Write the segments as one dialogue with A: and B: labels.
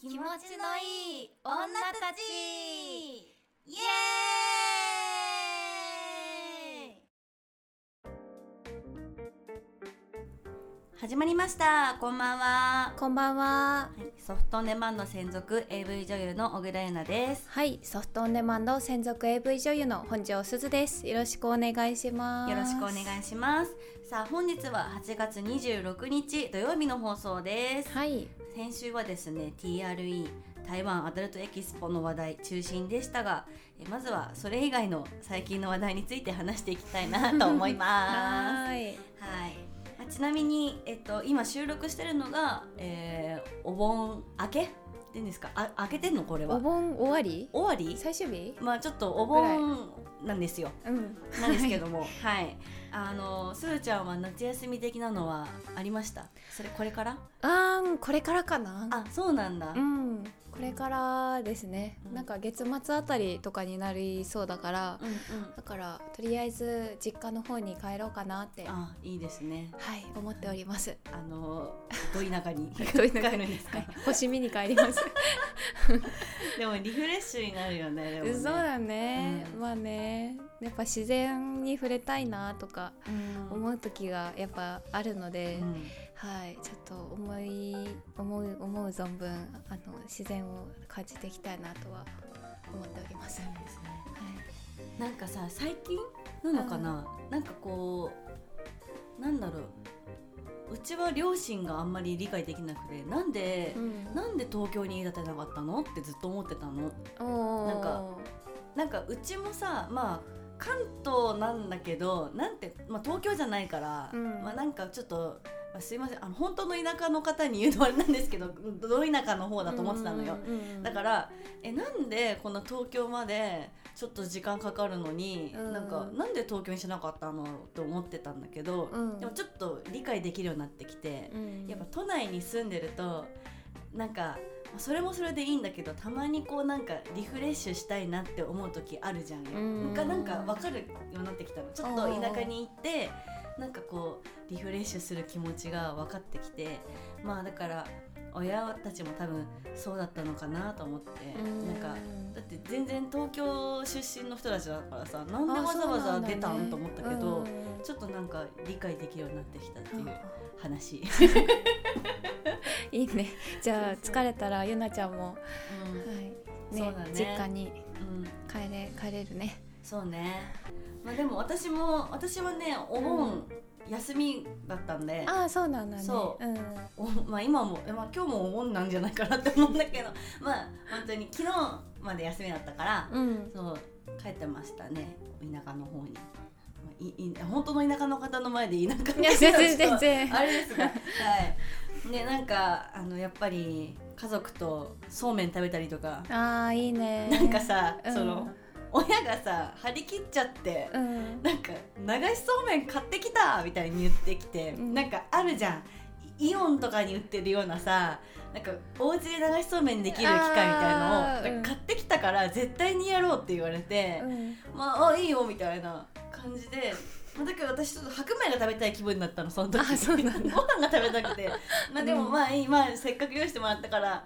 A: 気持ちのいい女たちイエーイ
B: 始まりましたこんばんは、
A: こんばんは
B: はい、ソフトオンデマンド専属 AV 女優の小倉優奈です
A: はいソフトオンデマンド専属 AV 女優の本庄すずですよろしくお願いします
B: よろしくお願いしますさあ本日は8月26日土曜日の放送です
A: はい
B: 先週はですね TRE 台湾アダルトエキスポの話題中心でしたがえまずはそれ以外の最近の話題について話していきたいなと思います。
A: い
B: はいあちなみに、えっと、今収録してるのが、えーお盆明けっていうんですかあ明けてんのこれは
A: お盆終わり
B: 終わり
A: 最終日
B: まあちょっとお盆なんですよ
A: うん
B: なんですけど もはいあのすずちゃんは夏休み的なのはありましたそれこれから
A: あーんこれからかな
B: あそうなんだ、
A: うんこれからですね、
B: うん
A: なんか月末あたりとかになりそうだから、
B: うんうん
A: だからとりあえず実家の方に帰ろうかなっては
B: あいいですね
A: い思っております
B: あの ど田舎に
A: ど田舎に
B: 帰るんですか、
A: はい 星見に帰ります
B: でもリフレッシュになるよねでもね
A: そうだね、
B: うん
A: まあねやっぱ自然に触れたいなとか
B: うん
A: 思う時がやっぱあるので、
B: うん
A: はいちょっと思い思う思う存分あの自然を感じていきたいなとは思っております、はい、
B: なんかさ最近なのかな、なんかこうなんだろううちは両親があんまり理解できなくてなんで、
A: ん
B: なんで東京に家建てなかったのってずっと思ってたの
A: おー
B: なんかなんかうちもさまあ関東なんだけどなんて、まあ、東京じゃないから、
A: うん
B: まあなんかちょっと。まあすいませんあの本当の田舎の方に言うのはあれなんですけど ど田舎の方だと思ってたのよ、
A: うんうんうんうん
B: だからえなんでこの東京までちょっと時間かかるのに、
A: うん
B: なんかなんで東京にしなかったのって思ってたんだけど、
A: うん
B: でもちょっと理解できるようになってきて、
A: うん
B: やっぱ都内に住んでるとなんかそれもそれでいいんだけどたまにこうなんかリフレッシュしたいなって思う時あるじゃんよ。
A: うん
B: がなんか分かるようになってきたのちょっと田舎に行ってなんかこうリフレッシュする気持ちが分かってきてまあだから親たちも多分そうだったのかなと思って
A: うん
B: なんかだって全然東京出身の人たちだからさなんでわざわざ出たん、と思ったけど、ちょっとなんか理解できるようになってきたって
A: う
B: い
A: ん
B: う 話。
A: いいねじゃあ疲れたらゆなちゃんも、
B: うん
A: はい
B: そう
A: ね
B: だね
A: 実家に
B: うん、
A: 帰れ帰れるね
B: そうね。まあでも私も私はねお盆休みだったんで、
A: ああそうなんだね
B: そう
A: うん、
B: おまあ今もえまあ今日もお盆なんじゃないかなって思うんだけど、 まあ本当に昨日まで休みだったから、
A: うん、
B: そう帰ってましたね田舎の方に。まあいい本当の田舎の方の前で田舎の方
A: い や全然
B: ちょっと
A: 全然
B: あれですが、はい。ねなんかあのやっぱり家族とそうめん食べたりとか、
A: ああいいね
B: なんかさ、
A: うん
B: その親がさ張り切っちゃって。
A: うん
B: なんか流しそうめん買ってきたみたいに言ってきて、
A: うん
B: なんかあるじゃんイイオンとかに売ってるようなさなんかお家で流しそうめんできる機械みたい
A: あー
B: なのを
A: う
B: なんんか買ってきたから絶対にやろうって言われて、
A: うん
B: まああいいよみたいな感じで。まあだけど私ちょっと白米が食べたい気分になったのその時
A: あそうなんだ
B: ご飯が食べたくてまあで
A: う
B: も
A: ん
B: まあいい、まあ、せっかく用意してもらったから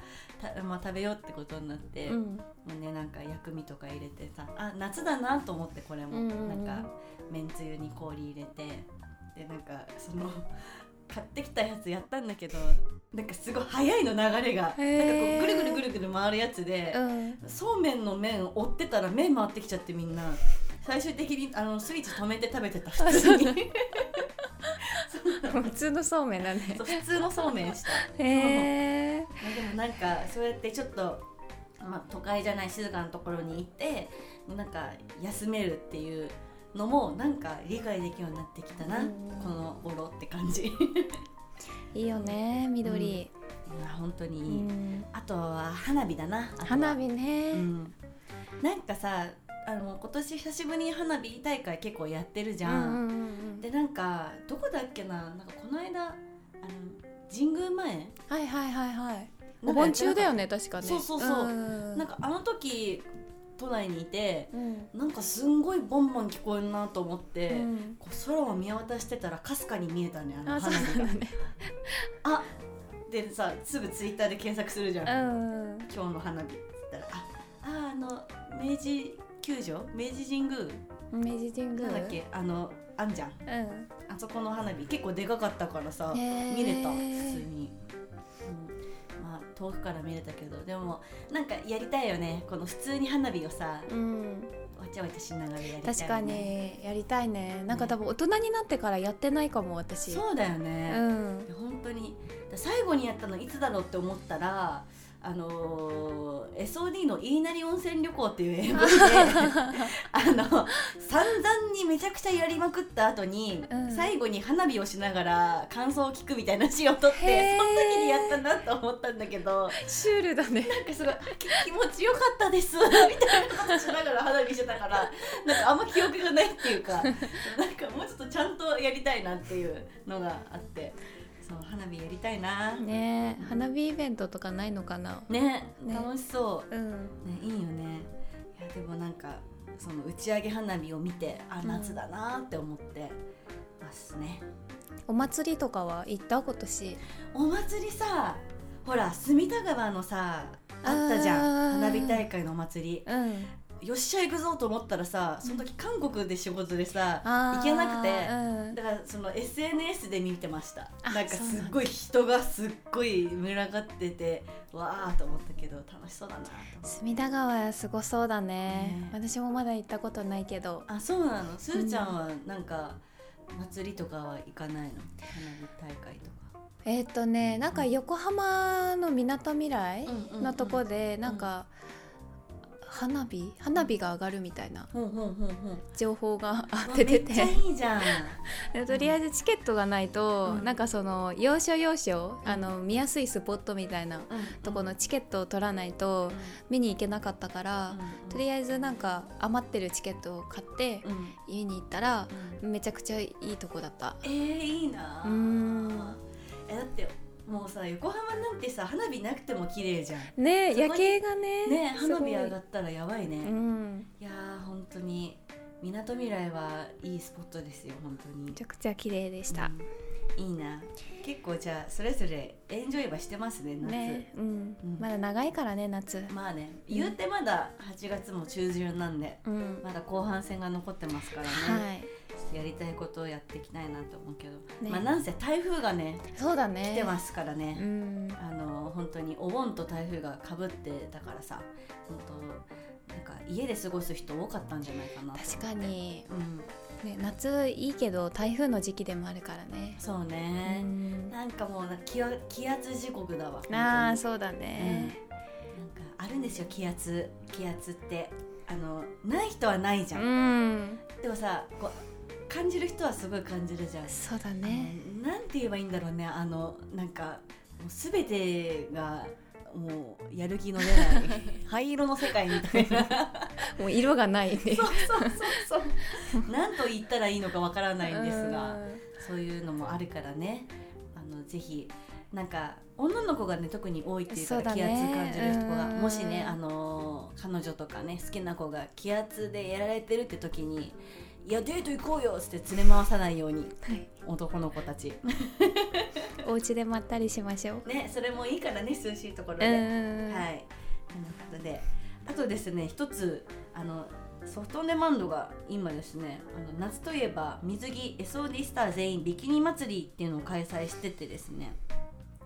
B: た、まあ、食べようってことになって、
A: うん
B: もうねなんか薬味とか入れてさあ夏だなと思ってこれも、
A: うんうんうん
B: なんかめんつゆに氷入れてでなんかその 買ってきたやつやったんだけどなんかすごい早いの流れがなんかこう
A: へー
B: ぐるぐるぐるぐる回るやつで、
A: うん
B: そうめんの麺追ってたら麺回ってきちゃってみんな最終的にあのスイッチ止めて食べてた普通に
A: 普通のそうめんだね
B: そう普通のそうめんした。
A: へえ
B: まあでもなんかそうやってちょっと、まあ、都会じゃない静かなところに行ってなんか休めるっていうのもなんか理解できるようになってきたな、
A: うん
B: この頃って感じ い
A: いいよね緑、
B: や本当にいい、
A: うん、
B: あとは花火だなあとは
A: 花火ね、
B: うん、なんかさあの今年久しぶりに花火大会結構やってるじゃ、
A: うんんうんうん
B: でなんかどこだっけななんかこの間あの神宮前
A: はいはいはいはい
B: な
A: お
B: んかや
A: 盆
B: ってなか
A: 中
B: った
A: だよね確かね
B: そうそうそう
A: うん
B: なんかあの時都内にいて
A: うん
B: なんかすんごいボンボン聞こえるなと思って、
A: うん
B: こう空を見渡してたらかすかに見えたねあの
A: あそう
B: 花火が
A: なんだね
B: あでさすぐツイッターで検索するじゃん
A: うんうん
B: 今日の花火って言ったら「あああの明治球場明治神宮
A: 明治神宮
B: なんだっけあのあんじゃん
A: うん
B: あそこの花火結構でかかったからさ、
A: へー
B: 見れた普通に、うん、まあ遠くから見れたけどでもなんかやりたいよねこの普通に花火をさ
A: うん
B: わちゃわちゃしながらやりたい、ね、
A: 確かにやりたいねなんか多分大人になってからやってないかも私
B: そうだよ
A: う
B: ね、
A: ん
B: いや本当にだ最後にやったのいつだろうって思ったらあのー SOD の「言いなり温泉旅行」っていう AV であの散々にめちゃくちゃやりまくった後に、
A: うん
B: 最後に花火をしながら感想を聞くみたいなシーンを撮っ
A: へ
B: て
A: ー
B: その時にやったなと思ったんだけど
A: シュールだね
B: なんかすごい「気持ちよかったです」 みたいなことしながら花火してたからなんかあんま記憶がないっていうかなんかもうちょっとちゃんとやりたいなっていうのがあってそう花火やりたいなね
A: ねえ花火イベントとかないのかなね
B: 楽しそ
A: うん
B: う、ね、いいよねいやでもなんかその打ち上げ花火を見てあ
A: うん
B: 夏だなって思ってますね、
A: お祭りとかは行った今年
B: お祭りさほら隅田川のさあったじゃ
A: あ
B: ん
A: ー
B: 花火大会のお祭り
A: うん
B: よっしゃ行くぞと思ったらさその時韓国で仕事でさ
A: あー
B: 行けなくて
A: うん
B: だからその SNS で見てました
A: あ
B: なんか
A: そうなん
B: す
A: だ
B: っごい人がすっごい群がっててわーと思ったけど楽しそうだな
A: 隅田川すごそうだね
B: ね
A: 私もまだ行ったことないけど
B: あそうなのすーちゃんはなんか祭りとかは行かないの花火大会とか
A: えっ、とねなんか横浜のみなとみらい
B: うんうんうん
A: のとこでなんか花火花火が上がるみたいな
B: ほんほんほんほん
A: 情報があ
B: わ
A: って
B: め
A: 出
B: っちゃ
A: て
B: いいじゃん
A: でとりあえずチケットがないと、
B: うん
A: なんかその要所要所あの見やすいスポットみたいなとこのチケットを取らないと見に行けなかったから、とりあえずなんか余ってるチケットを買って
B: うんうんうん
A: 家に行ったらめちゃくちゃいいとこだった。
B: えー、いいな
A: うーん
B: えだってもうさ横浜なんてさ花火なくても綺麗じゃん
A: ね
B: そこに
A: 夜景がね
B: ね
A: すごい
B: 花火上がったらやばいね、
A: う
B: い
A: ん
B: やー本当にみなとみらいはいいスポットですよ本当に
A: めちゃくちゃ綺麗でした。
B: うんいいな結構じゃあそれぞれエンジョイはしてますね夏
A: ね、うん、
B: うん
A: まだ長いからね夏。
B: まあね言うてまだ8月も中旬なんで
A: うん、
B: まだ後半戦が残ってますからね、
A: はい、
B: ちょっとやりたいことをやっていきたいなと思うけど、
A: ね
B: まあなんせ台風がね
A: そうだね。
B: 来てますからね、
A: うん、
B: あの本当にお盆と台風がかぶってたからさ本当なんか家で過ごす人多かったんじゃないかなと
A: 確かに、
B: うん
A: ね、夏いいけど台風の時期でもあるからね。
B: そう
A: う
B: ね、
A: ん、
B: なんかもうな気圧気圧時刻だわ
A: ああ、
B: 本
A: そうだ
B: 当にな
A: ね。
B: んかあるんですよ気圧気圧ってあのない人はないじ
A: う
B: ゃん、
A: ん、
B: でもさこう感じる人はすごい感じるじゃん
A: そうだね。
B: あのなんて言えばいいんだろうねあのなんかもう全てがもうやる気の出ない 灰色の世界みたいな
A: もう色がない ね。
B: そうそうそうそう なんと言ったらいいのかわからないんですが
A: うん
B: そういうのもあるからねあのぜひなんか女の子がね特に多いっていうか
A: そうだ
B: ら
A: ね
B: 気圧感じる人が
A: うん
B: もしねあの彼女とかね好きな子が気圧でやられてるって時に「いやデート行こうよ」っつって連れ回さないように
A: はい、
B: 男の子たち。
A: お家でまったりしましょう。
B: ね、それもいいからね、涼しいところ
A: う
B: で。はい。
A: ん、
B: ということで、あとですね、一つあのソフトオンデマンドが今ですね、あの夏といえば水着 SOD スター全員ビキニ祭りっていうのを開催しててですね。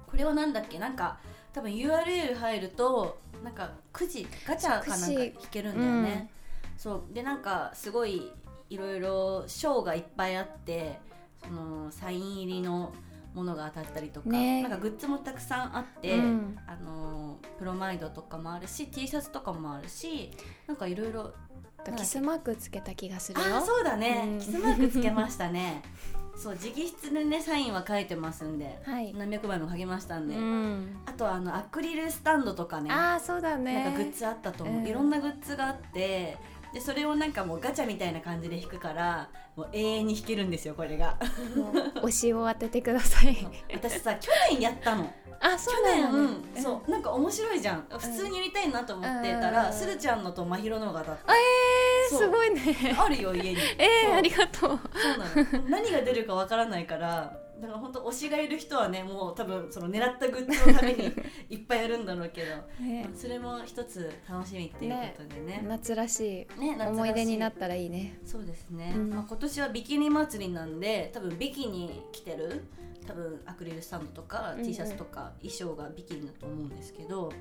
B: これはなんだっけ、なんか多分 URL 入るとなんかくじガチャかなんか引けるんだよね。そうでなんかすごいいろいろ賞がいっぱいあってそのサイン入りのものが当たったりとか、
A: ねえ
B: なんかグッズもたくさんあって、
A: うん
B: あのプロマイドとかもあるし T シャツとかもあるしなんかいろいろ
A: あとキスマークつけた気がするよ。
B: あそうだね、
A: うん
B: キスマークつけましたね そう直筆でねサインは書いてますんで
A: はい。
B: 何百枚も書きましたんで、
A: うん。
B: あとあのアクリルスタンドとかね
A: ああそうだね。
B: なんかグッズあったと思う、
A: うん
B: いろんなグッズがあってでそれをなんかもうガチャみたいな感じで引くからもう永遠に引けるんですよこれ が
A: もう 推しを当ててください。
B: 私さ去年やったの
A: あ
B: 去
A: そう
B: 年
A: なの、ね。
B: うんそうなんか面白いじゃん普通にやりたいなと思ってた
A: う
B: ら
A: ん
B: するちゃんのとまひろのがだっ
A: あえー、
B: そう
A: すごいね。
B: たあるよ家に
A: え
B: そう
A: ー、ありがとう。
B: そうなの何が出るかわからないからだから本当推しがいる人はねもう多分その狙ったグッズのためにいっぱいやるんだろうけど、
A: ね
B: それも一つ楽しみっていうことでね
A: 夏らしい
B: ね夏らし
A: 思い出になったらいいね
B: そうですね、
A: うん
B: まあ、今年はビキニ祭りなんで多分ビキニ着てる多分アクリルスタンドとか
A: うんうん
B: T シャツとか衣装がビキニだと思うんですけど、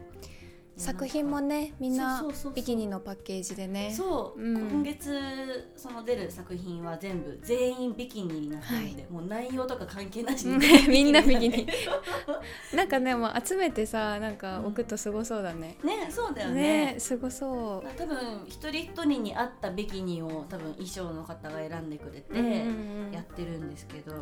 A: 作品もねみんな
B: そうそうそうそう
A: ビキニのパッケージでね
B: そう、
A: うん
B: 今月その出る作品は全部全員ビキニになってるんで、もう内容とか関係な しに、
A: ねみんなビキニなんかねもう集めてさなんか置くとすごそうだね、
B: ねそうだよ
A: ね
B: ね
A: すごそう
B: 多分一人一人に合ったビキニを多分衣装の方が選んでくれて
A: うんうんうん
B: やってるんですけど、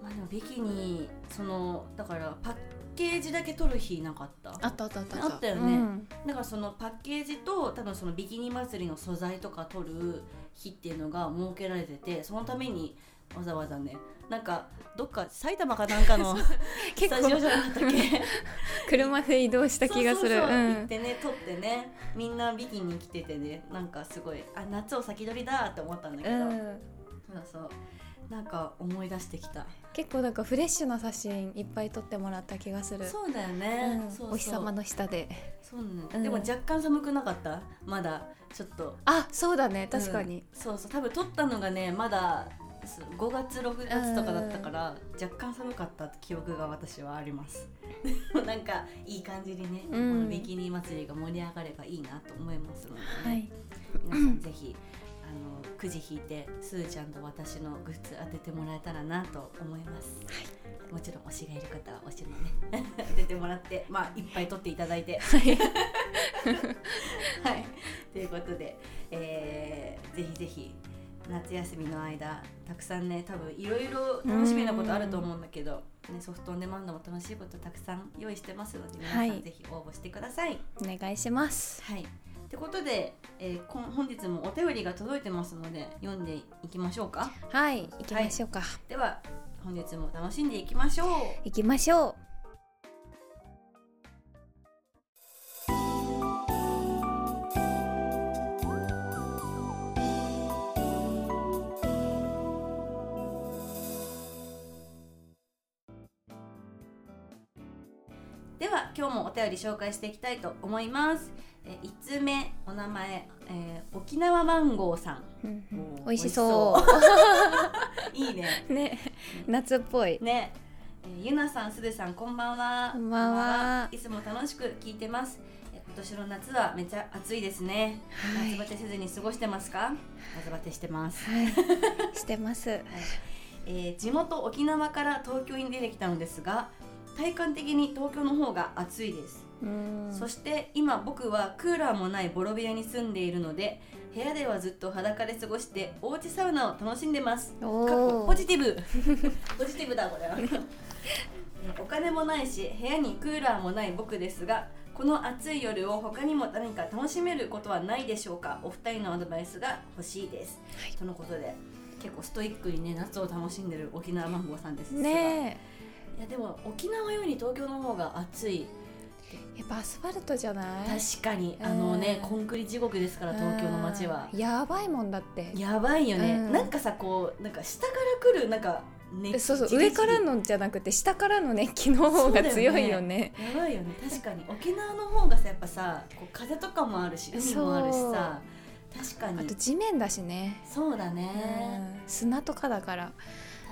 B: まあ、でもビキニそのだからパッケージだけ取る日なかった
A: あったあったあった
B: あったよね
A: うん
B: だからそのパッケージと多分そのビキニ祭りの素材とか取る日っていうのが設けられててそのためにわざわざねなんかどっか埼玉かなんかのス
A: 結
B: タジオじ
A: 構
B: ゃなかったっけ
A: 車で移動した気がす
B: そ
A: る
B: うそうそう
A: う
B: 行っ
A: ん
B: てね撮ってねみんなビキニ着ててねなんかすごいあ夏を先取りだって思ったんだけ
A: う
B: ど、
A: ん
B: そうそうなんか思い出してきた
A: 結構なんかフレッシュな写真いっぱい撮ってもらった気がする
B: そうだよ
A: う
B: ね、
A: ん
B: そうそう
A: お日様の下で
B: そうね、
A: うん
B: でも若干寒くなかったまだちょっと
A: あそうだね確かに
B: うん、そうそう多分撮ったのがねまだそう5月6月とかだったから、若干寒かった記憶が私はあります でもなんかいい感じにね、
A: うん
B: このビキニ祭りが盛り上がればいいなと思いますので、ね
A: はい
B: 皆さんぜひあのくじ引いてすーちゃんと私のグッズ当ててもらえたらなと思います、もちろん推しがいる方は推しのね 当ててもらってまあいっぱい取っていただいて はい、ということで、えーぜひぜひ夏休みの間たくさんね多分いろいろ楽しみなことあると思うんだけど、ね、ソフトオンデマンドも楽しいことたくさん用意してますので皆さ
A: は
B: ん
A: い
B: ぜひ応募してください
A: お願いします
B: はい。ってことで、えー、こん本日もお便りが届いてますので読んでいきましょうか。
A: はい行きましょうか、
B: では本日も楽しんでいきましょう。
A: 行きましょう
B: では今日もお便り紹介していきたいと思います。えー、5つ目お名前、えー、沖縄マンゴーさん。
A: うんうん
B: おー
A: 美味しそう
B: いいね。
A: ね夏っぽい
B: ね。えーゆなさん、すずさん、こんばんは。
A: こんばんは
B: こいつも楽しく聞いてます。えー今年の夏はめちゃ暑いですね。
A: はい
B: 夏バテせずに過ごしてますか？夏バテしてます。
A: はいしてます
B: えー地元沖縄から東京に出てきたのですが体感的に東京の方が暑いです、
A: うん
B: そして今僕はクーラーもないボロ部屋に住んでいるので部屋ではずっと裸で過ごしておうちサウナを楽しんでます
A: おー
B: かっこポジティ ブポジティブだこれはえお金もないし部屋にクーラーもない僕ですがこの暑い夜を他にも何か楽しめることはないでしょうかお二人のアドバイスが欲しいです、
A: はい
B: とのことで結構ストイックにね夏を楽しんでる沖縄マンゴーさんですが
A: ね
B: いやでも沖縄より東京の方が暑い
A: えやっぱアスファルトじゃない
B: 確かにあのね、
A: うん
B: コンクリ地獄ですから東京の街は
A: うんやばいもんだって
B: やばいよね、
A: うん
B: なんかさこうなんか下から来るなんか熱
A: えそうそう
B: じりじ
A: 上
B: り
A: からのじゃなくて下からの 熱気の方が強いよね
B: やばいよ ね確かに 沖縄の方がさやっぱさこう風とかもあるし海もあるしさ確か
A: あと
B: に
A: 地面だしね、
B: そうだね、
A: うん砂とかだから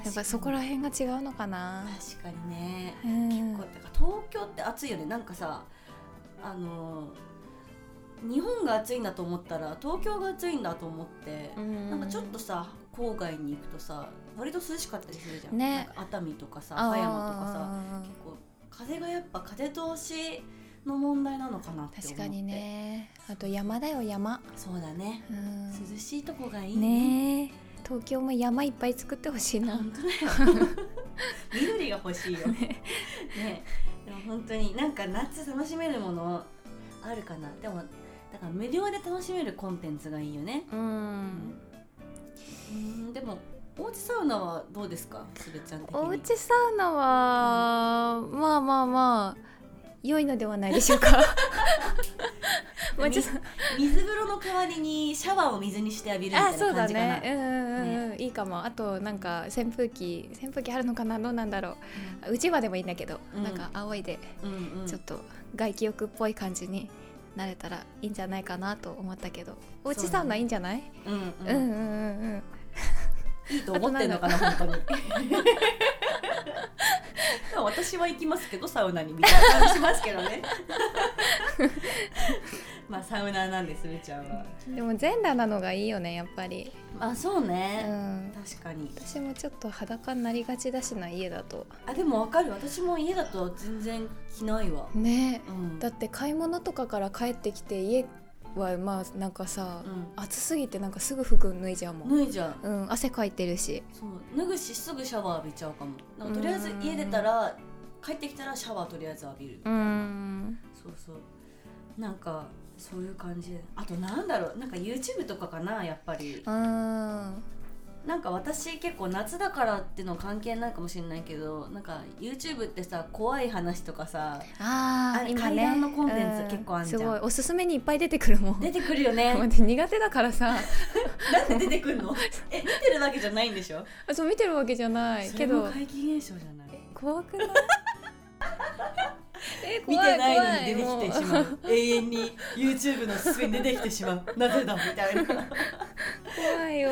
A: やっぱそこら辺が違うのかな、
B: 確かにね、
A: うん、
B: こうだから東京って暑いよねなんかさあのー日本が暑いんだと思ったら東京が暑いんだと思って、
A: うん
B: なんかちょっとさ郊外に行くとさ割と涼しかったりするじゃん,、
A: ね
B: なんか熱海とかさ
A: あー
B: 葉山とかさこう風がやっぱ風通しの問題なのかなって思って
A: 確かにねあと山だよ山、
B: そうだね
A: うん
B: 涼しいとこがいい
A: ねえ東京も山いっぱい作ってほしいな
B: 本当だよ 緑が欲しいよねねでも本当になんか夏楽しめるものあるかなでもだから無料で楽しめるコンテンツがいいよね
A: うん
B: うんでもおうちサウナはどうですかすべちゃん的に
A: おうちサウナは、まあまあまあ良いのではないでしょ うかもうちょっと
B: 水風呂の代わりにシャワーを水にして浴びるみた
A: あ
B: い
A: そ
B: な
A: うだ
B: 感じかな、
A: ねうんうんうん、いいかもあとなんか扇風機扇風機あるのかなどうなんだろううちわでもいいんだけど、
B: うん
A: なんか青いで
B: うんうんうん
A: ちょっと外気浴っぽい感じになれたらいいんじゃないかなと思ったけどおうちサウナいいんじゃない
B: うん
A: う,、
B: うん
A: うんんうん
B: いいと思ってんのかな 本当にまあ私は行きますけどサウナにみたいな感じしますけどね まあサウナーなんでするちゃんは
A: うんでも全裸なのがいいよねやっぱり、
B: まあそう
A: う
B: ね、
A: ん、
B: 確かに
A: 私もちょっと裸になりがちだしな家だと
B: あでもわかる私も家だと全然着ないわ、
A: ね
B: うん、
A: だって買い物とかから帰ってきて家はまあなんかさ、
B: うん
A: 暑すぎてなんかすぐ服脱いじゃうもん、
B: 脱いじゃん
A: うん、汗かいてるし
B: そう脱ぐしすぐシャワー浴びちゃうかもなんかとりあえず
A: うん
B: 家出たら帰ってきたらシャワーとりあえず浴びる、
A: ん
B: そうそうなんかそういう感じあとなんだろうなんか YouTube とかかなやっぱり
A: うん
B: なんか私結構夏だからっての関係ないかもしれないけどなんか YouTube ってさ怖い話とか さ
A: あ
B: あ
A: あ
B: れ
A: 今
B: 階
A: ね
B: 段のコンテンツ結構あんじゃん
A: すごいおすすめにいっぱい出てくるもん
B: 出てくるよ
A: 待
B: ね
A: って苦手だから さ
B: なんで出てくる のえ見てるわけじゃないんでしょ
A: あそう見てるわけじゃないけ
B: それも
A: ど
B: 怪奇現象じゃない
A: 怖くない え
B: 見
A: 怖
B: て
A: い
B: ない
A: 怖い
B: のに出てきてし
A: も
B: まう永遠に YouTube のすすめに出てきてしまうなぜだみたいな
A: 怖いよ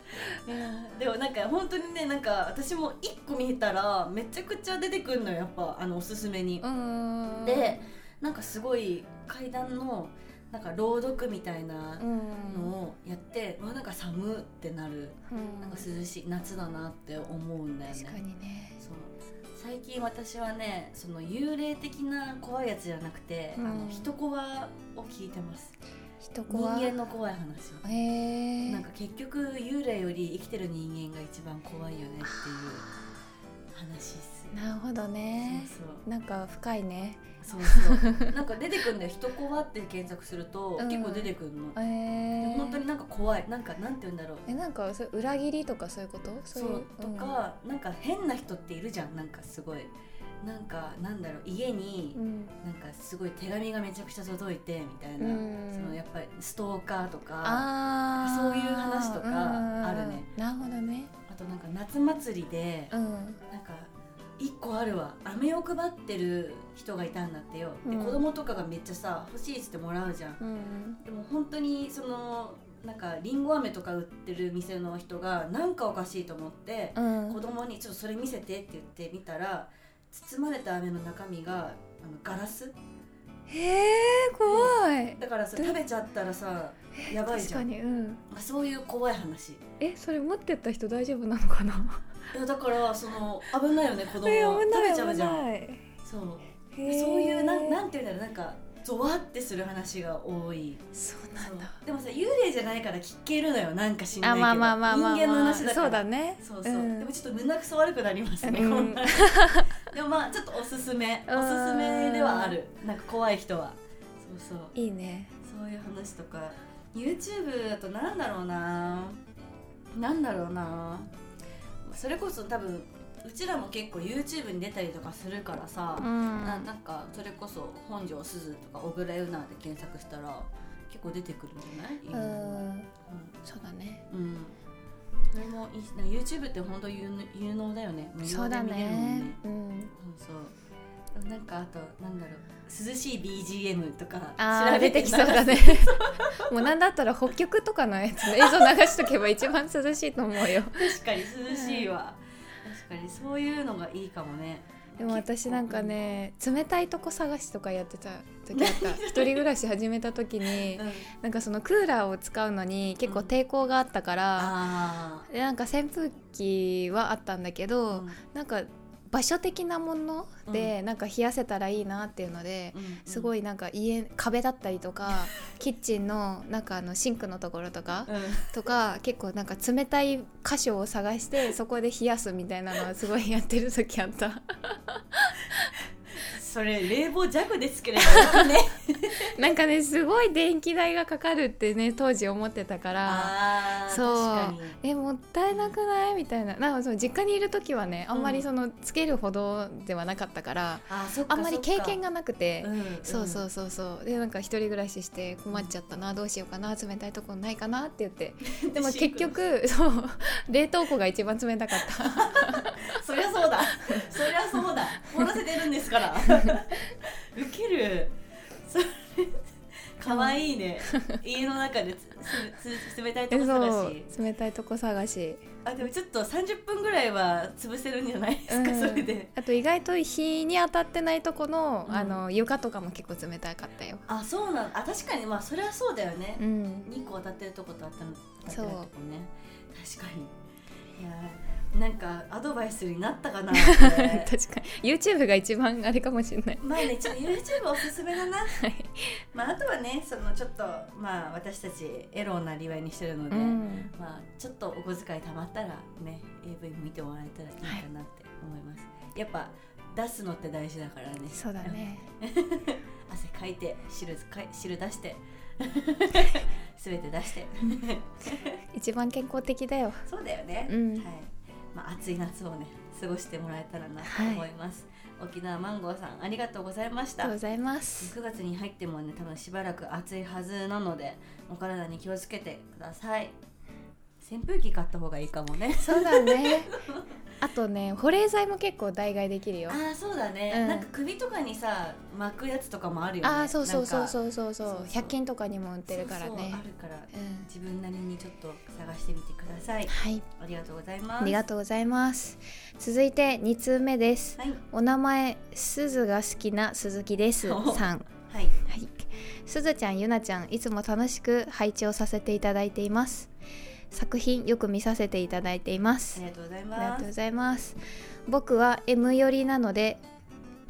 B: でもなんか本当にねなんか私も一個見たらめちゃくちゃ出てくるのよやっぱあのおすすめに
A: う、ん
B: でなんかすごい階段のなんか朗読みたいな
A: う
B: の
A: ん
B: をやって、うわなんか寒ってなる
A: うん
B: なんか涼しい夏だなって思うんだよ
A: 確か
B: ね
A: にね
B: そう最近私はねその幽霊的な怖いやつじゃなくて、
A: うん
B: あの人コアを聞いてます
A: 人
B: 人
A: 怖
B: 間の怖い話を
A: へえ
B: なんか結局幽霊より生きてる人間が一番怖いよねっていう話っす
A: なるほどねなんか深いね
B: そうそうそうそうなんか出てくるんだよ「人怖」って検索すると
A: うん
B: 結構出てくるの、
A: えー、
B: 本当になんか怖いなんかなんて言うんだろう
A: えなんかそれ裏切りとかそういうこと
B: そ
A: いう
B: と
A: ん
B: か、なんか変な人っているじゃんなんかすごいなんかなんだろう家に
A: うん
B: なんかすごい手紙がめちゃくちゃ届いてみたいな、
A: うん
B: そのやっぱりストーカーとかあ
A: あー
B: そういう話とかあるね
A: うんなるほどね
B: となんか夏祭りで
A: うん
B: なんか一個あるわ飴を配ってる人がいたんだってよ、
A: うん
B: で子供とかがめっちゃさ欲しいっつってもらうじゃん
A: うん
B: でも本当にそのなんかりんご飴とか売ってる店の人がなんかおかしいと思って、
A: うん
B: 子供に「ちょっとそれ見せて」って言ってみたら包まれた飴の中身があのガラス
A: へえ怖い
B: だからさ
A: どう
B: 食べちゃったらさやばい
A: 確
B: じゃ
A: か
B: ん
A: にうん
B: まあそういう怖い話い
A: えそれ持ってった人大丈夫なのかな
B: やだからその危ないよね子供
A: え
B: は
A: 危
B: 食べ
A: ない
B: ちゃう
A: 危
B: じゃん
A: ない
B: そう
A: へー
B: そういうなんなんていうんだろうなんかゾワってする話が多い
A: そうなんだ
B: そうでもさ幽霊じゃないから聞けるのよなんか知んない
A: あ
B: けど
A: まあまあまあまあまあ
B: 人間の話だから
A: そうだね
B: そうそう、
A: ん
B: でもちょっと胸くそ悪くなりますね、
A: うん
B: こんなでもまあちょっとおすすめお
A: うん
B: すすめではあるなんか怖い人はそうそう
A: いいね
B: そういう話とか YouTube だとなんだろうななんだろうなそれこそ多分うちらも結構 YouTube に出たりとかするからさ、
A: ん
B: ななんかそれこそ本庄すずとか小倉優奈で検索したら結構出てくるんじゃないいうろん
A: んそうだね
B: なうんそれもいいしな YouTube って本当有能有能だよね無
A: そ
B: 料
A: う
B: で
A: だ
B: 見れるもん
A: ね
B: ね
A: うん
B: そうそうなんかあとなんだろう涼しい BGM とか
A: あー
B: 調べ
A: 出
B: て
A: て
B: き
A: き
B: そ
A: そうう
B: だ
A: だ
B: ね
A: ねもうなんだったら北極とかのやつの映像流しとけば一番涼しいと思 うよ
B: 確かに涼しいわ、確かにそういうのがいいかもね
A: でも私なんかね冷たいとこ探しとかやってた時 あった一人暮らし始めた時に
B: うん
A: なんかそのクーラーを使うのに結構抵抗があったから、
B: あ
A: でなんか扇風機はあったんだけ
B: ー
A: ど、
B: うん
A: なんか場所的なもので、なんか冷やせたらいいなっていうので、
B: うん
A: すごいなんか家壁だった りとかキッチンのなんかあのシンクのところとか
B: うん
A: とか結構なんか冷たい箇所を探 してそこで冷やすみたいなのはすごいやってる時あった。
B: それ冷房弱ですけれどもね
A: なんかねすごい電気代がかかるってね当時思ってたから
B: あー
A: そう
B: 確か
A: えもったいなくないみたいななんかその実家にいる時はねあんまりそのつけるほどではなかったから、
B: あーそっか
A: あんまり経験
B: が、
A: がなくて。
B: ん
A: そうそうそうそうでなんか一人暮らしして困っちゃったなどうしようかな冷たいとこないかなって言 って
B: うん
A: でも結局そう冷凍庫が一番冷たかった
B: そりゃ そうだそりゃそうだ凍らせてるんですから ウケるそれかわいいね家の中でつつつ冷たいとこ
A: そ
B: 探
A: う
B: し
A: 冷たいとこ探し、
B: あでもちょっと30分ぐらいは潰せるんじゃないですか、
A: うん
B: それで
A: あと意外と日に当たってないとこの,、
B: うん
A: あの床とかも結構冷たかったよ、
B: あそうなんあ確かにまあそれはそうだよね
A: う、ん、
B: 日光当たってるとこと当たってないと
A: そう
B: こね確かにいやーなんかアドバイスになったかなこれ
A: 確かに YouTube が一番あれかもしれない
B: まあねちょっと YouTube おすすめだ な、
A: い
B: まあ、あとはねそのちょっとまあ私たちエロをなりわいにしてるので、
A: うん
B: まあちょっとお小遣い貯まったらね AV 見てもらえたらいいかなって思います、やっぱ出すのって大事だからね
A: そうだね
B: 汗かいて汁かい汁出して 全て出して
A: 一番健康的だよ
B: そうだよね、
A: うん
B: はいまあ、暑い夏をね過ごしてもらえたらなと思います、沖縄マンゴーさんありがとうございまし
A: ありが
B: た
A: とうございます
B: 9月に入ってもね多分しばらく暑いはずなのでお体に気をつけてください扇風機買った方がいいかもね
A: そうだねあとね保冷剤も結構代替できるよ
B: ああそうだね、
A: うん
B: なんか首とかにさ巻くやつとかもあるよね
A: あーそうそうそう
B: う
A: そうそうそう
B: なんかそうそう
A: 100均とかにも売ってるからね
B: あるから
A: うん
B: 自分なりにちょっと探してみてください
A: はい
B: ありがとうございます
A: ありがとうございます続いて2通目です
B: はい
A: お名前すずが好きな鈴木です
B: お
A: さん
B: はい
A: はい、すずちゃんゆなちゃんいつも楽しく配置をさせていただいています作品よく見させていただいていま
B: あ
A: す
B: りがとうござい
A: ありが
B: ま
A: とうご
B: す
A: ざいます僕は M 寄りなので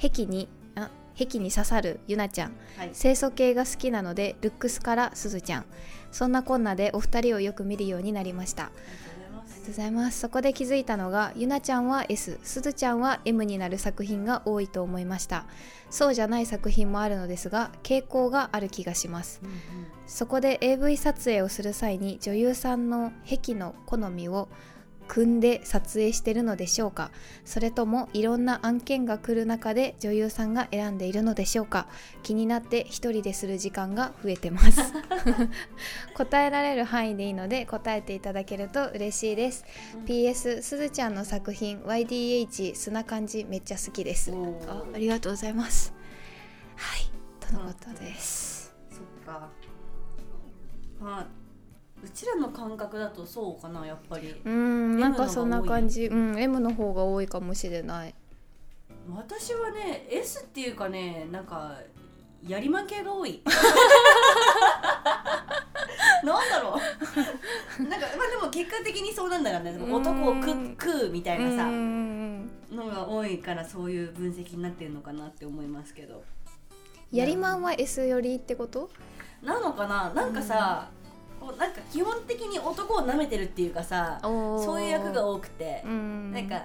A: 壁にあ壁に刺さるゆなちゃん
B: はい
A: 清楚系が好きなのでルックスからすずちゃんそんなこんなでお二人をよく見るようになりました
B: ありがとうございま
A: あり
B: す
A: がとうございますそこで気づいたのがゆなちゃんは S すずちゃんは M になる作品が多いと思いましたそうじゃない作品もあるのですが傾向がある気がします
B: うんうん
A: そこで AV 撮影をする際に女優さんの癖の好みを組んで撮影してるのでしょうかそれともいろんな案件が来る中で女優さんが選んでいるのでしょうか気になって一人でする時間が増えてます 答えられる範囲でいいので答えていただけると嬉しいです
B: うん
A: PS すずちゃんの作品 YDH 砂感じめっちゃ好きです
B: おー
A: あありがとうございますはいとのことです
B: そっかまあうちらの感覚だとそうかなやっぱり
A: うんなんかそんな
B: M の方が多い
A: 感じうん M の方が多いかもしれない
B: 私はね S っていうかねなんかやりまん系が多 いなんだろうなんかまあでも結果的にそうなんだよね
A: うん
B: 男を食食うみたいなさ
A: うんうん
B: のが多いからそういう分析になってるのかなって思いますけど
A: やりまんは S よりってこと
B: なのかななんかさ、こうなんか基本的に男を舐めてるっていうかさ
A: そ
B: そういう役が多くて、
A: うん
B: なんか、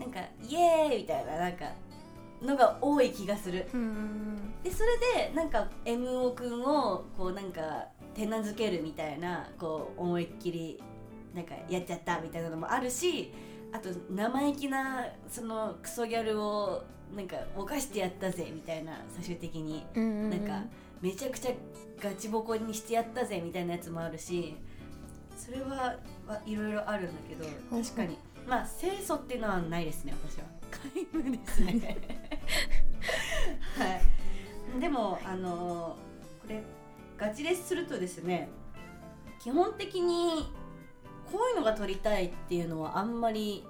B: なんかイエーイみたいななんかのが多い気がする
A: うんうん
B: でそれでなんか MO 君をこうなんか手なずけるみたいなこう思いっきりなんかやっちゃったみたいなのもあるしあと生意気なそのクソギャルをなんか犯してやったぜみたいな最終的に
A: うんうん
B: なんかめちゃくちゃガチボコにしてやったぜみたいなやつもあるしそれははいろいろあるんだけど
A: ほう
B: 確かにまあ清楚っていうのはないですね私は皆無ですね はいでもあのこれガチレスするとですね基本的にこういうのが撮りたいっていうのはあんまり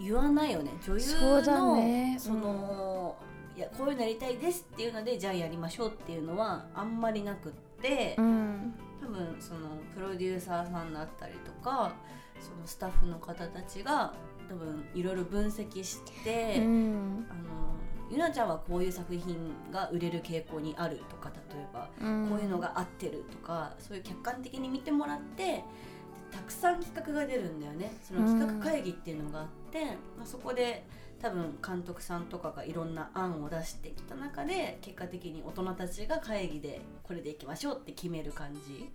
B: 言わないよね女優の
A: そうだね
B: その、いやこういうのやりたいですっていうのでじゃあやりましょうっていうのはあんまりなくって、
A: うん
B: 多分そのプロデューサーさんだったりとかそのスタッフの方たちが多分いろいろ分析して、
A: うん
B: あのゆなちゃんはこういう作品が売れる傾向にあるとか例えばこういうのが合ってるとかそういう客観的に見てもらってでたくさん企画が出るんだよねその企画会議っていうのがあって、まあ、そこで多分監督さんとかがいろんな案を出してきた中で結果的に大人たちが会議でこれでいきましょうって決める感じ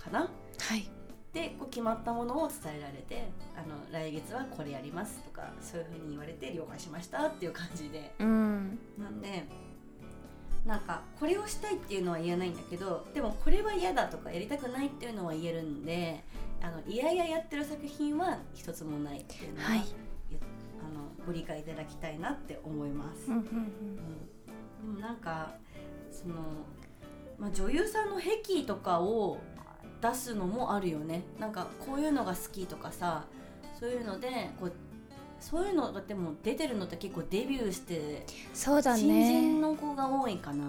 B: かな
A: はい
B: でこう決まったものを伝えられてあの来月はこれやりますとかそういうふうに言われて了解しましたっていう感じで
A: うん
B: なんでなんかこれをしたいっていうのは言えないんだけどでもこれは嫌だとかやりたくないっていうのは言えるんであのいやいややってる作品は一つもないっていうのは、
A: はい
B: あのご理解いただきたいなって思います。
A: うんう
B: う
A: ん
B: んでもなんかその、まあ、女優さんの癖とかを出すのもあるよねなんかこういうのが好きとかさそういうのでこうそういうのだってもう出てるのって結構デビューして
A: うんそうだね
B: 新人の子が多いかな。
A: う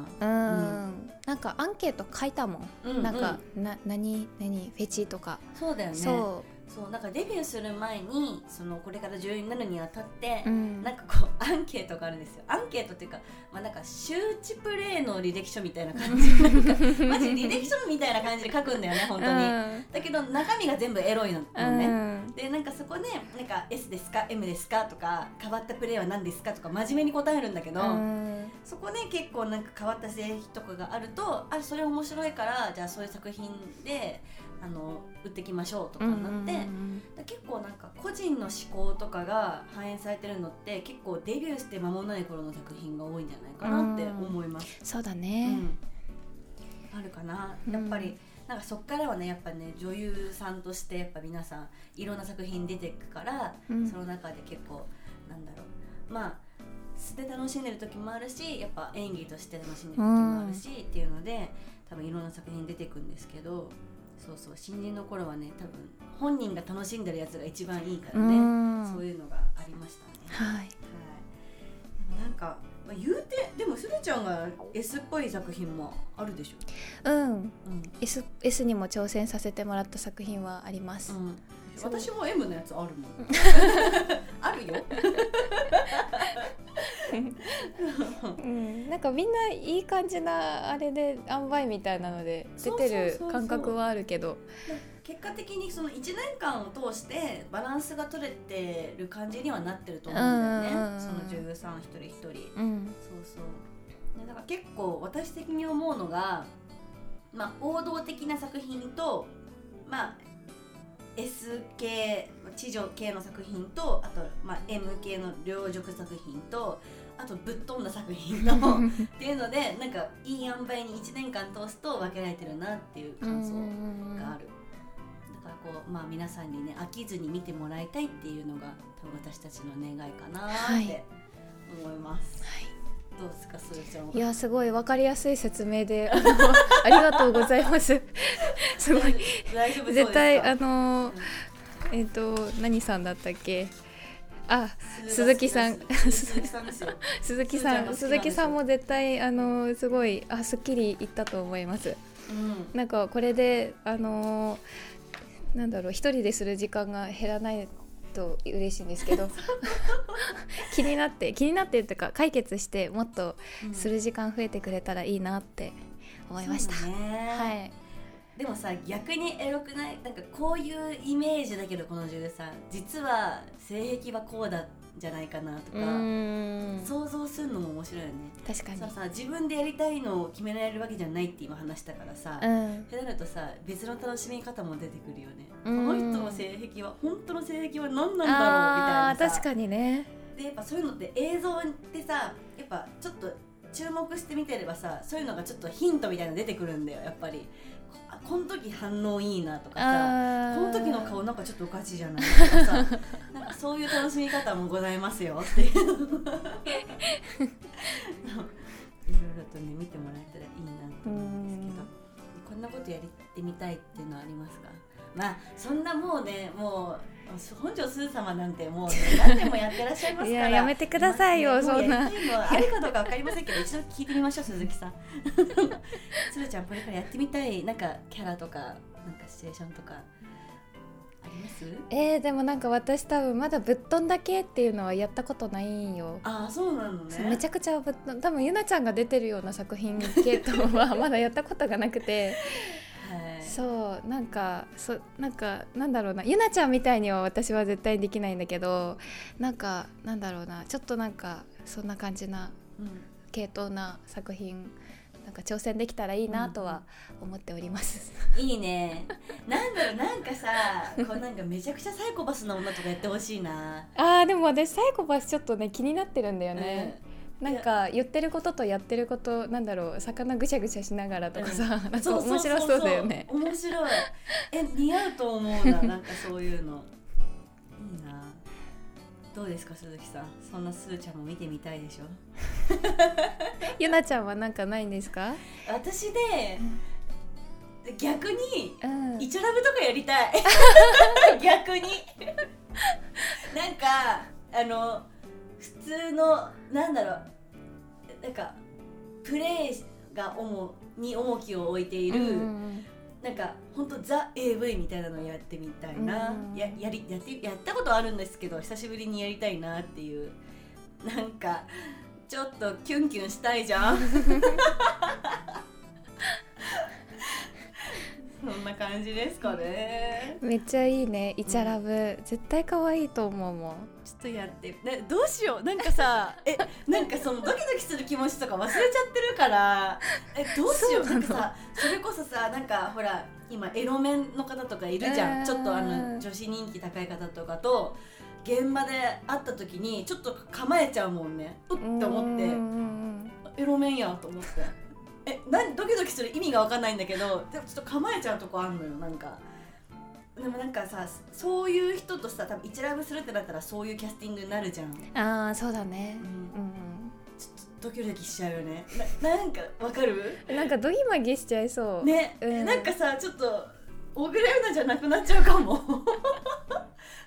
A: ん、なんかアンケート書いたもん、
B: うう
A: なんかな何何フェチとか、
B: そうだよね。そう
A: そ
B: なんかデビューする前にそのこれから女優になるにあたって
A: う、う、ん、
B: なんかこうア ンケートがあるんですよ。アンケートっていうかまあなんか周知プレイの履歴書みたいな感 じ。なんかマジ履歴書みたいな感じで書くんだよね本当に。だけど中身が全部エロいの
A: う
B: の
A: ん、
B: ね。
A: うん
B: でなんかそこで、なんか S ですか M ですかとか変わったプレイは何ですかとか真面目に答えるんだけど、
A: うん
B: そこね結構なんか変わった製品とかがあるとあそれ面白いからじゃあそういう作品であの売ってきましょうとかになって、
A: うん
B: だから結構なんか個人の思考とかが反映されてるのって結構デビューして間もない頃の作品が多いんじゃないかなって思います。
A: そうだ
B: う
A: ね、
B: んあるかな
A: うん
B: やっぱり、なんかそっからはねやっぱね女優さんとしてやっぱ皆さんいろんな作品出てくから
A: うん
B: その中で結構なんだろうまあ素で楽しんでる時もあるしやっぱ演技として楽しんでる時もあるし、っていうので多分いろんな作品出てくんですけどそうそう新人の頃はね多分本人が楽しんでるやつが一番いいから
A: う
B: ね、
A: ん
B: そういうのがありましたね。
A: はい
B: はい、でもなんか、まあ、言うてでもすずちゃんが S っぽい作品もあるでしょ。
A: うん
B: うん、
A: S, S にも挑戦させてもらった作品はあります、
B: うん、
A: そう
B: 私も M のやつあるもん あるよ
A: うんなんかみんないい感じなあれで塩梅みたいなので出
B: そうそうそうそう
A: てる感覚はあるけど
B: 結果的にその1年間を通してバランスが取れてる感じにはなってると思うんだよね、
A: うんうんうん
B: その女優さん一人一人そう
A: うん
B: そうねだから結構私的に思うのが、まあ、王道的な作品とまあ S 系地上系の作品とあと、まあ、M 系の両軸作品とあとぶっ飛んだ作品の っていうのでなんかいい塩梅に1年間通すと分けられてるなっていう感想がある、だからこうまあ皆さんにね飽きずに見てもらいたいっていうのが多分私たちの願いかな
A: は
B: っ
A: い
B: て思います、
A: はい
B: どうですかすずちゃんはい
A: やすごい分かりやすい説明 であのありがとうございますすごい
B: 大丈夫そうですか
A: 絶対あのーえっ、と何さんだったっけあ鈴木さん
B: 鈴木さんですよ
A: 鈴木さ
B: すーちゃ
A: ん
B: んが好きなんでしょ
A: 鈴木さんも絶対あのーすごいあすっきりいったと思います
B: うん
A: なんかこれであのーなんだろう一人でする時間が減らないと嬉しいんですけ ど気になって気になってっていうか解決してもっと
B: うん
A: する時間増えてくれたらいいなって思いました。
B: そうね
A: はい、
B: でもさ逆にエロくないなんかこういうイメージだけどこの女優さん実は性癖はこうだんじゃないかなと
A: う
B: か、
A: ーん
B: 想像するのも面白いよね
A: 確かに
B: ささ自分でやりたいのを決められるわけじゃないって今話したからさ、
A: うん
B: ってなるとさ別の楽しみ方も出てくるよね、
A: うん
B: この人の性癖は本当の性癖は何なんだろうみたい
A: あ
B: な
A: ー
B: さ
A: 確かにね
B: でやっぱそういうのって映像ってさやっぱちょっと注目して見てればさそういうのがちょっとヒントみたいなの出てくるんだよやっぱりこあこの時反応いいなとかさこ
A: あー
B: の時の顔なんかちょっとおかしいじゃないとかさなんかそういう楽しみ方もございますよっていう いろいろとね見てもらえたらいいなと思うんですけどこんなことやってみたいっていうのはありますかまあそんなもうねもう本庄すず様なんて もう、ね、何でもやってらっしゃいますから
A: いややめてくださいよ
B: まあね
A: そんな
B: もうやってるのあるかどうかわかりませんけど一度聞いてみましょう鈴木さ んすずちゃんこれからやってみたいなんかキャラとかなんかシチュエーションとかあります
A: えー、でもなんか私多分まだぶっ飛んだけっていうのはやったことないんよ
B: ああそうなのね
A: そうめちゃくちゃぶっ 飛ん多分ゆなちゃんが出てるような作品系統はまだやったことがなくて
B: はい
A: そうなんかそなんかなんだろうなゆなちゃんみたいには私は絶対できないんだけどなんかなんだろうなちょっとなんかそんな感じな
B: うん
A: 系統な作品なんか挑戦できたらいいなとは思っております。
B: いいねなんだろうなんかさこうなんかめちゃくちゃサイコパスな女とかやってほしいな、
A: あーでも私サイコパスちょっとね気になってるんだよね、
B: うん
A: なんか言ってることとやってることなんだろう魚ぐしゃぐしゃしながらとかさ、なんか面白そうだよね
B: そう面白いえ似合うと思う ななんかそういうのいいなどうですか鈴木さんそんなすーちゃんも見てみたいでしょ
A: ゆなちゃんはなんかないんですか、
B: 私で逆に
A: うん、
B: イチャラブとかやり たい逆になんかあの普通のなんだろうなんかプレーが重に重きを置いている、
A: うんうん
B: なんか本当ザ AV みたいなのやってみたいな、
A: うん
B: ややりやってやったことあるんですけど久しぶりにやりたいなっていうなんかちょっとキュンキュンしたいじ ゃんそんな感じですかね
A: うんめっちゃいいねイチャラブ、絶対可愛いと思うもん
B: ちょっとやってねどうしようなんか さえなんかそのドキドキする気持ちとか忘れちゃってるからえどうしよう
A: そう
B: な
A: なの
B: んかさそれこそさなんかほら今エロ面の方とかいるじゃん、
A: うん
B: ちょっとあの女子人気高い方とかと現場で会った時にちょっと構えちゃうもんねうって思って
A: うんうん
B: エロ面やと思ってえ何ドキドキする意味が分かんないんだけどでもちょっと構えちゃうとこあんのよなんかでもなんかさそういう人とさ多分一覧するってなったらそういうキャスティングになるじゃん、うん、ち
A: うんああそうだね
B: ょ
A: う
B: っとドキドキしちゃうよねななんか分かる
A: んなんかドギマギしちゃいそう、
B: ね、
A: うん
B: なんかさちょっと小倉優奈じゃなくなっちゃうかも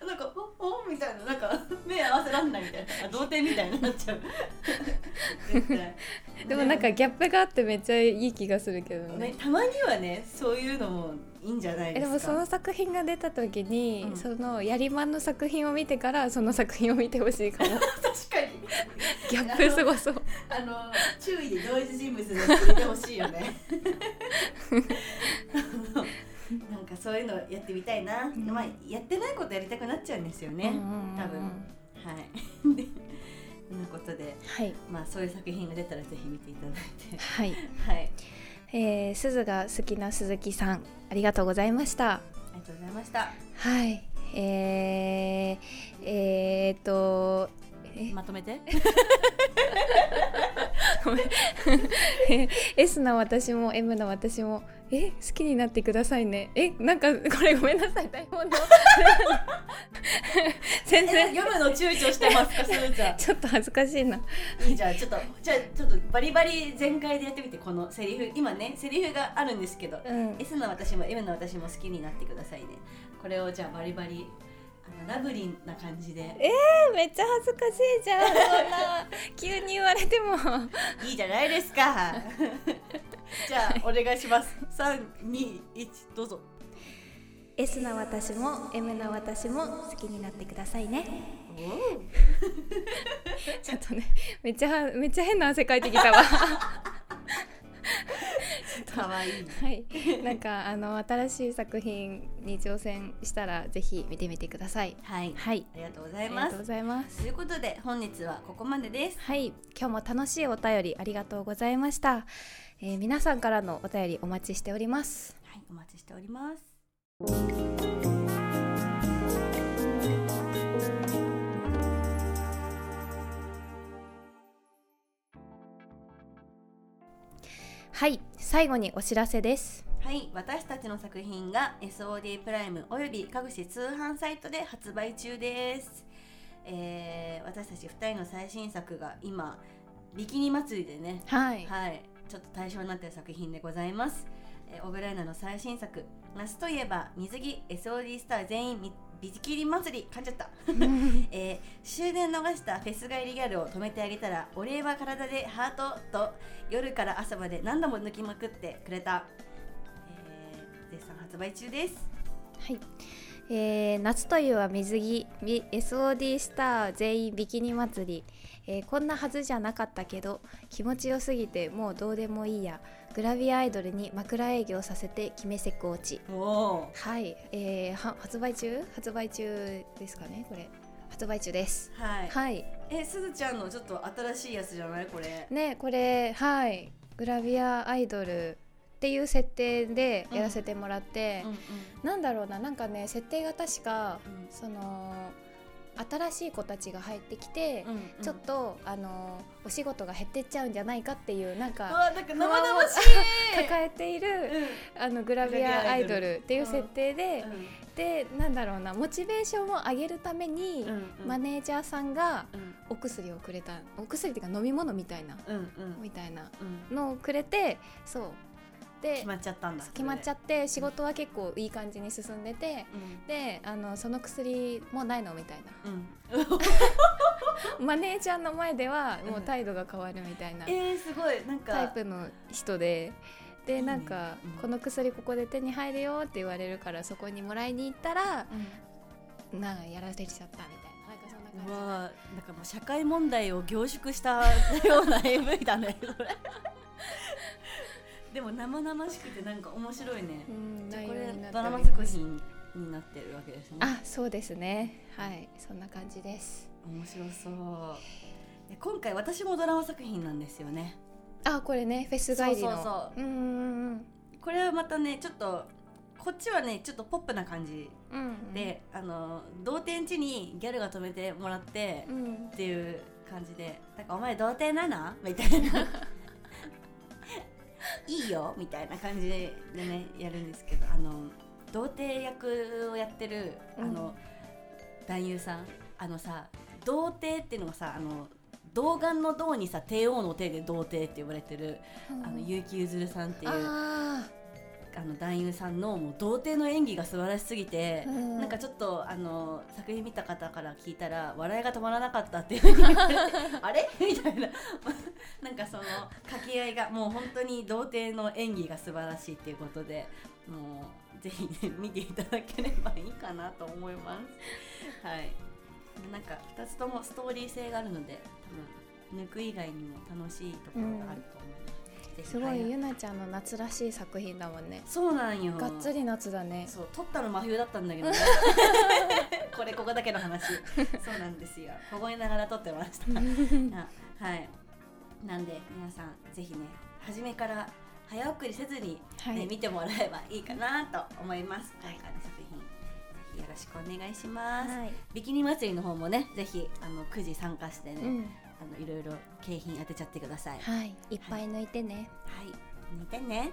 B: なんか「おおみたいななんか目合わせらんないみたいなあ童貞みたいになっ ちゃう絶対
A: でもなんかギャップがあってめっちゃいい気がするけどね
B: ね、たまにはねそういうのもいいんじゃない
A: え
B: で
A: です
B: か
A: もその作品が出た時に、
B: うん
A: そのやりまんの作品を見てからその作品を見てほしい かも
B: 確かに
A: ギャップすごそう
B: あの注意で同一人物だって言ってほしいよねあのなんかそういうのやってみたいな、
A: ん
B: まあやってないことやりたくなっちゃうんですよね、
A: うんうんうん
B: 多分はいでそんなことで
A: はい
B: まあそういう作品が出たらぜひ見ていただいて
A: はい
B: はい
A: えー、鈴が好きな鈴木さんありがとうございました
B: ありがとうございました
A: はいえー、えー、っとえ
B: まとめて
A: S な私も M な私もえ好きになってくださいねえなんかこれごめんなさい台本の全
B: え
A: 然
B: 読むの躊躇してますかすーちゃん
A: ちょっと恥ずかしいない
B: いじゃんちょっとじゃあちょっとバリバリ全開でやってみてこのセリフ今ねセリフがあるんですけど
A: うん
B: S の私も M の私も好きになってくださいねこれをじゃあバリバリあのラブリーな感じで
A: めっちゃ恥ずかしいじゃんそんな急に言われても
B: いいじゃないですか じゃあお願いします321どうぞ
A: S な私も M な私も好きになってくださいねちょっとね めっちゃめっちゃ変な汗かいてきた わ
B: かわいい
A: はいなんかあの新しい作品に挑戦したらぜひ見てみてください
B: はい
A: はい
B: ありがとうござ
A: あ
B: い
A: りが
B: ま
A: とう
B: す
A: ございます
B: ということで本日はここまでです
A: はい今日も楽しいお便りありがとうございました、えー皆さんからのお便りお待ちしております
B: はいお待ちしております
A: はい最後にお知らせです
B: はい、私たちの作品が SOD プライムおよび各種通販サイトで発売中です、えー私たち2人の最新作が今ビキニ祭りでね
A: はい
B: はい、ちょっと対象になっている作品でございます。えー、オブライナの最新作「夏といえば水着 SOD スター全員みビキニ祭り」噛んじゃ った、えー終電逃したフェス帰りギャルを止めてあげたら「お礼は体でハート」と夜から朝まで何度も抜きまくってくれた、えー絶賛発売中です
A: はい、えー夏というは水着み SOD スター全員ビキニ祭り、えーこんなはずじゃなかったけど気持ちよすぎてもうどうでもいいやグラビアアイドルに枕営業させて決めせこ落ち
B: おお
A: はい、えーは発売中発売中ですかねこれ発売中です
B: ーはい、
A: はい
B: えすずちゃんのちょっと新しいやつじゃないこれ
A: ねこれはいグラビアアイドルっていう設定でやらせてもらって、
B: うん
A: なんだろうななんかね設定が確か
B: うん
A: その新しい子たちが入ってきて、
B: うんうん
A: ちょっとあのお仕事が減ってっちゃうんじゃないかっていうなん
B: う
A: か
B: わなんか生々しい
A: 抱えているあのグラビアアイドルっていう設定で、でなんだろうなモチベーションを上げるために、
B: うんうんうん
A: マネージャーさんが
B: うん
A: お薬をくれたお薬っていうか飲み物みたいな、
B: うんうん
A: みたいな
B: うん
A: のをくれてそうで
B: 決まっちゃったんだ
A: 決まっちゃ
B: っ
A: って仕事は結構いい感じに進んでてであのその薬もうないのみたいな
B: うんうん
A: マネージャーの前ではもううん態度が変わるみたいな
B: えー、すごいなんか
A: タイプの人で。
B: い
A: で
B: いね
A: なんか
B: うん
A: 「この薬ここで手に入るよ」って言われるからそこにもらいに行ったらなんかやられちゃったみたいななんかそんな
B: う
A: 感
B: わーなんかもう社会問題を凝縮したような AV だねそ れでも生々しくてなんか面白いね
A: じ、うん
B: じゃあ
A: 内
B: こ
A: 容
B: れ
A: になっ
B: ド
A: てお
B: ラ
A: り
B: マ
A: ます
B: 作品になってるわけですね
A: あそうですねはいそんな感じです
B: 面白そうえ今回私もドラマ作品なんですよね
A: あこれねフェス帰りの
B: そうそう
A: うんうんうん
B: これはまたねちょっとこっちはねちょっとポップな感じ
A: うん
B: で、あの童貞んちにギャルが止めてもらって、
A: うんうん
B: っていう感じで「なんかお前童貞なの?」みたいな 「いいよ」みたいな感じでねやるんですけどあの童貞役をやってるあの、男優さんあのさ童貞っていうのがさあの童顔の童にさ帝王の帝で童貞って呼ばれてる、あの結城ゆずるさんっていうあ
A: あ
B: の男優さんのもう童貞の演技が素晴らしすぎて。
A: ーうん
B: なんかちょっとあの作品見た方から聞いたら笑いが止まらなかった っていうふうに言われてあれみたいな なんかその掛け合いがもう本当に童貞の演技が素晴らしいっていうことでもうぜひね見ていただければいいかなと思います。はいなんか2つともストーリー性があるので多分抜く以外にも楽しいところがあると思います。ぜひ
A: すご
B: はい
A: ゆなちゃんの夏らしい作品だもんね
B: そうなんよ
A: がっつり夏だね
B: そう取ったの真冬だったんだけど ねこれここだけの話そうなんですよ凍えながら撮ってましたあはいなんで皆さんぜひね初めから早送りせずに、ね
A: はい
B: 見てもらえばいいかなと思います今回の作品ぜひよろしくお願いします、
A: い、
B: ビキニ祭りの方もねぜひあの9時参加してね、
A: うん、
B: あのいろいろ景品当てちゃってください
A: はいいっぱい抜いてね、
B: はい、見てね。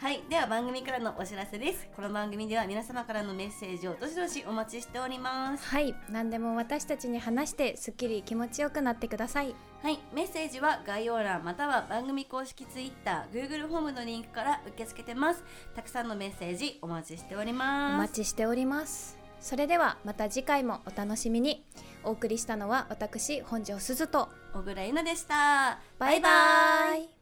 B: はい、では番組からのお知らせです。この番組では皆様からのメッセージをどしどしお待ちしております。
A: はい何でも私たちに話してすっきり気持ちよくなってください
B: はい、メッセージは概要欄または番組公式 Twitter、Google ホームのリンクから受け付けてます。たくさんのメッセージお待ちしており
A: お
B: ます
A: 待。ちしておりますそれではまた次回もお楽しみにお送りしたのは私本庄すずと
B: 小倉優奈でした。
A: バイバイ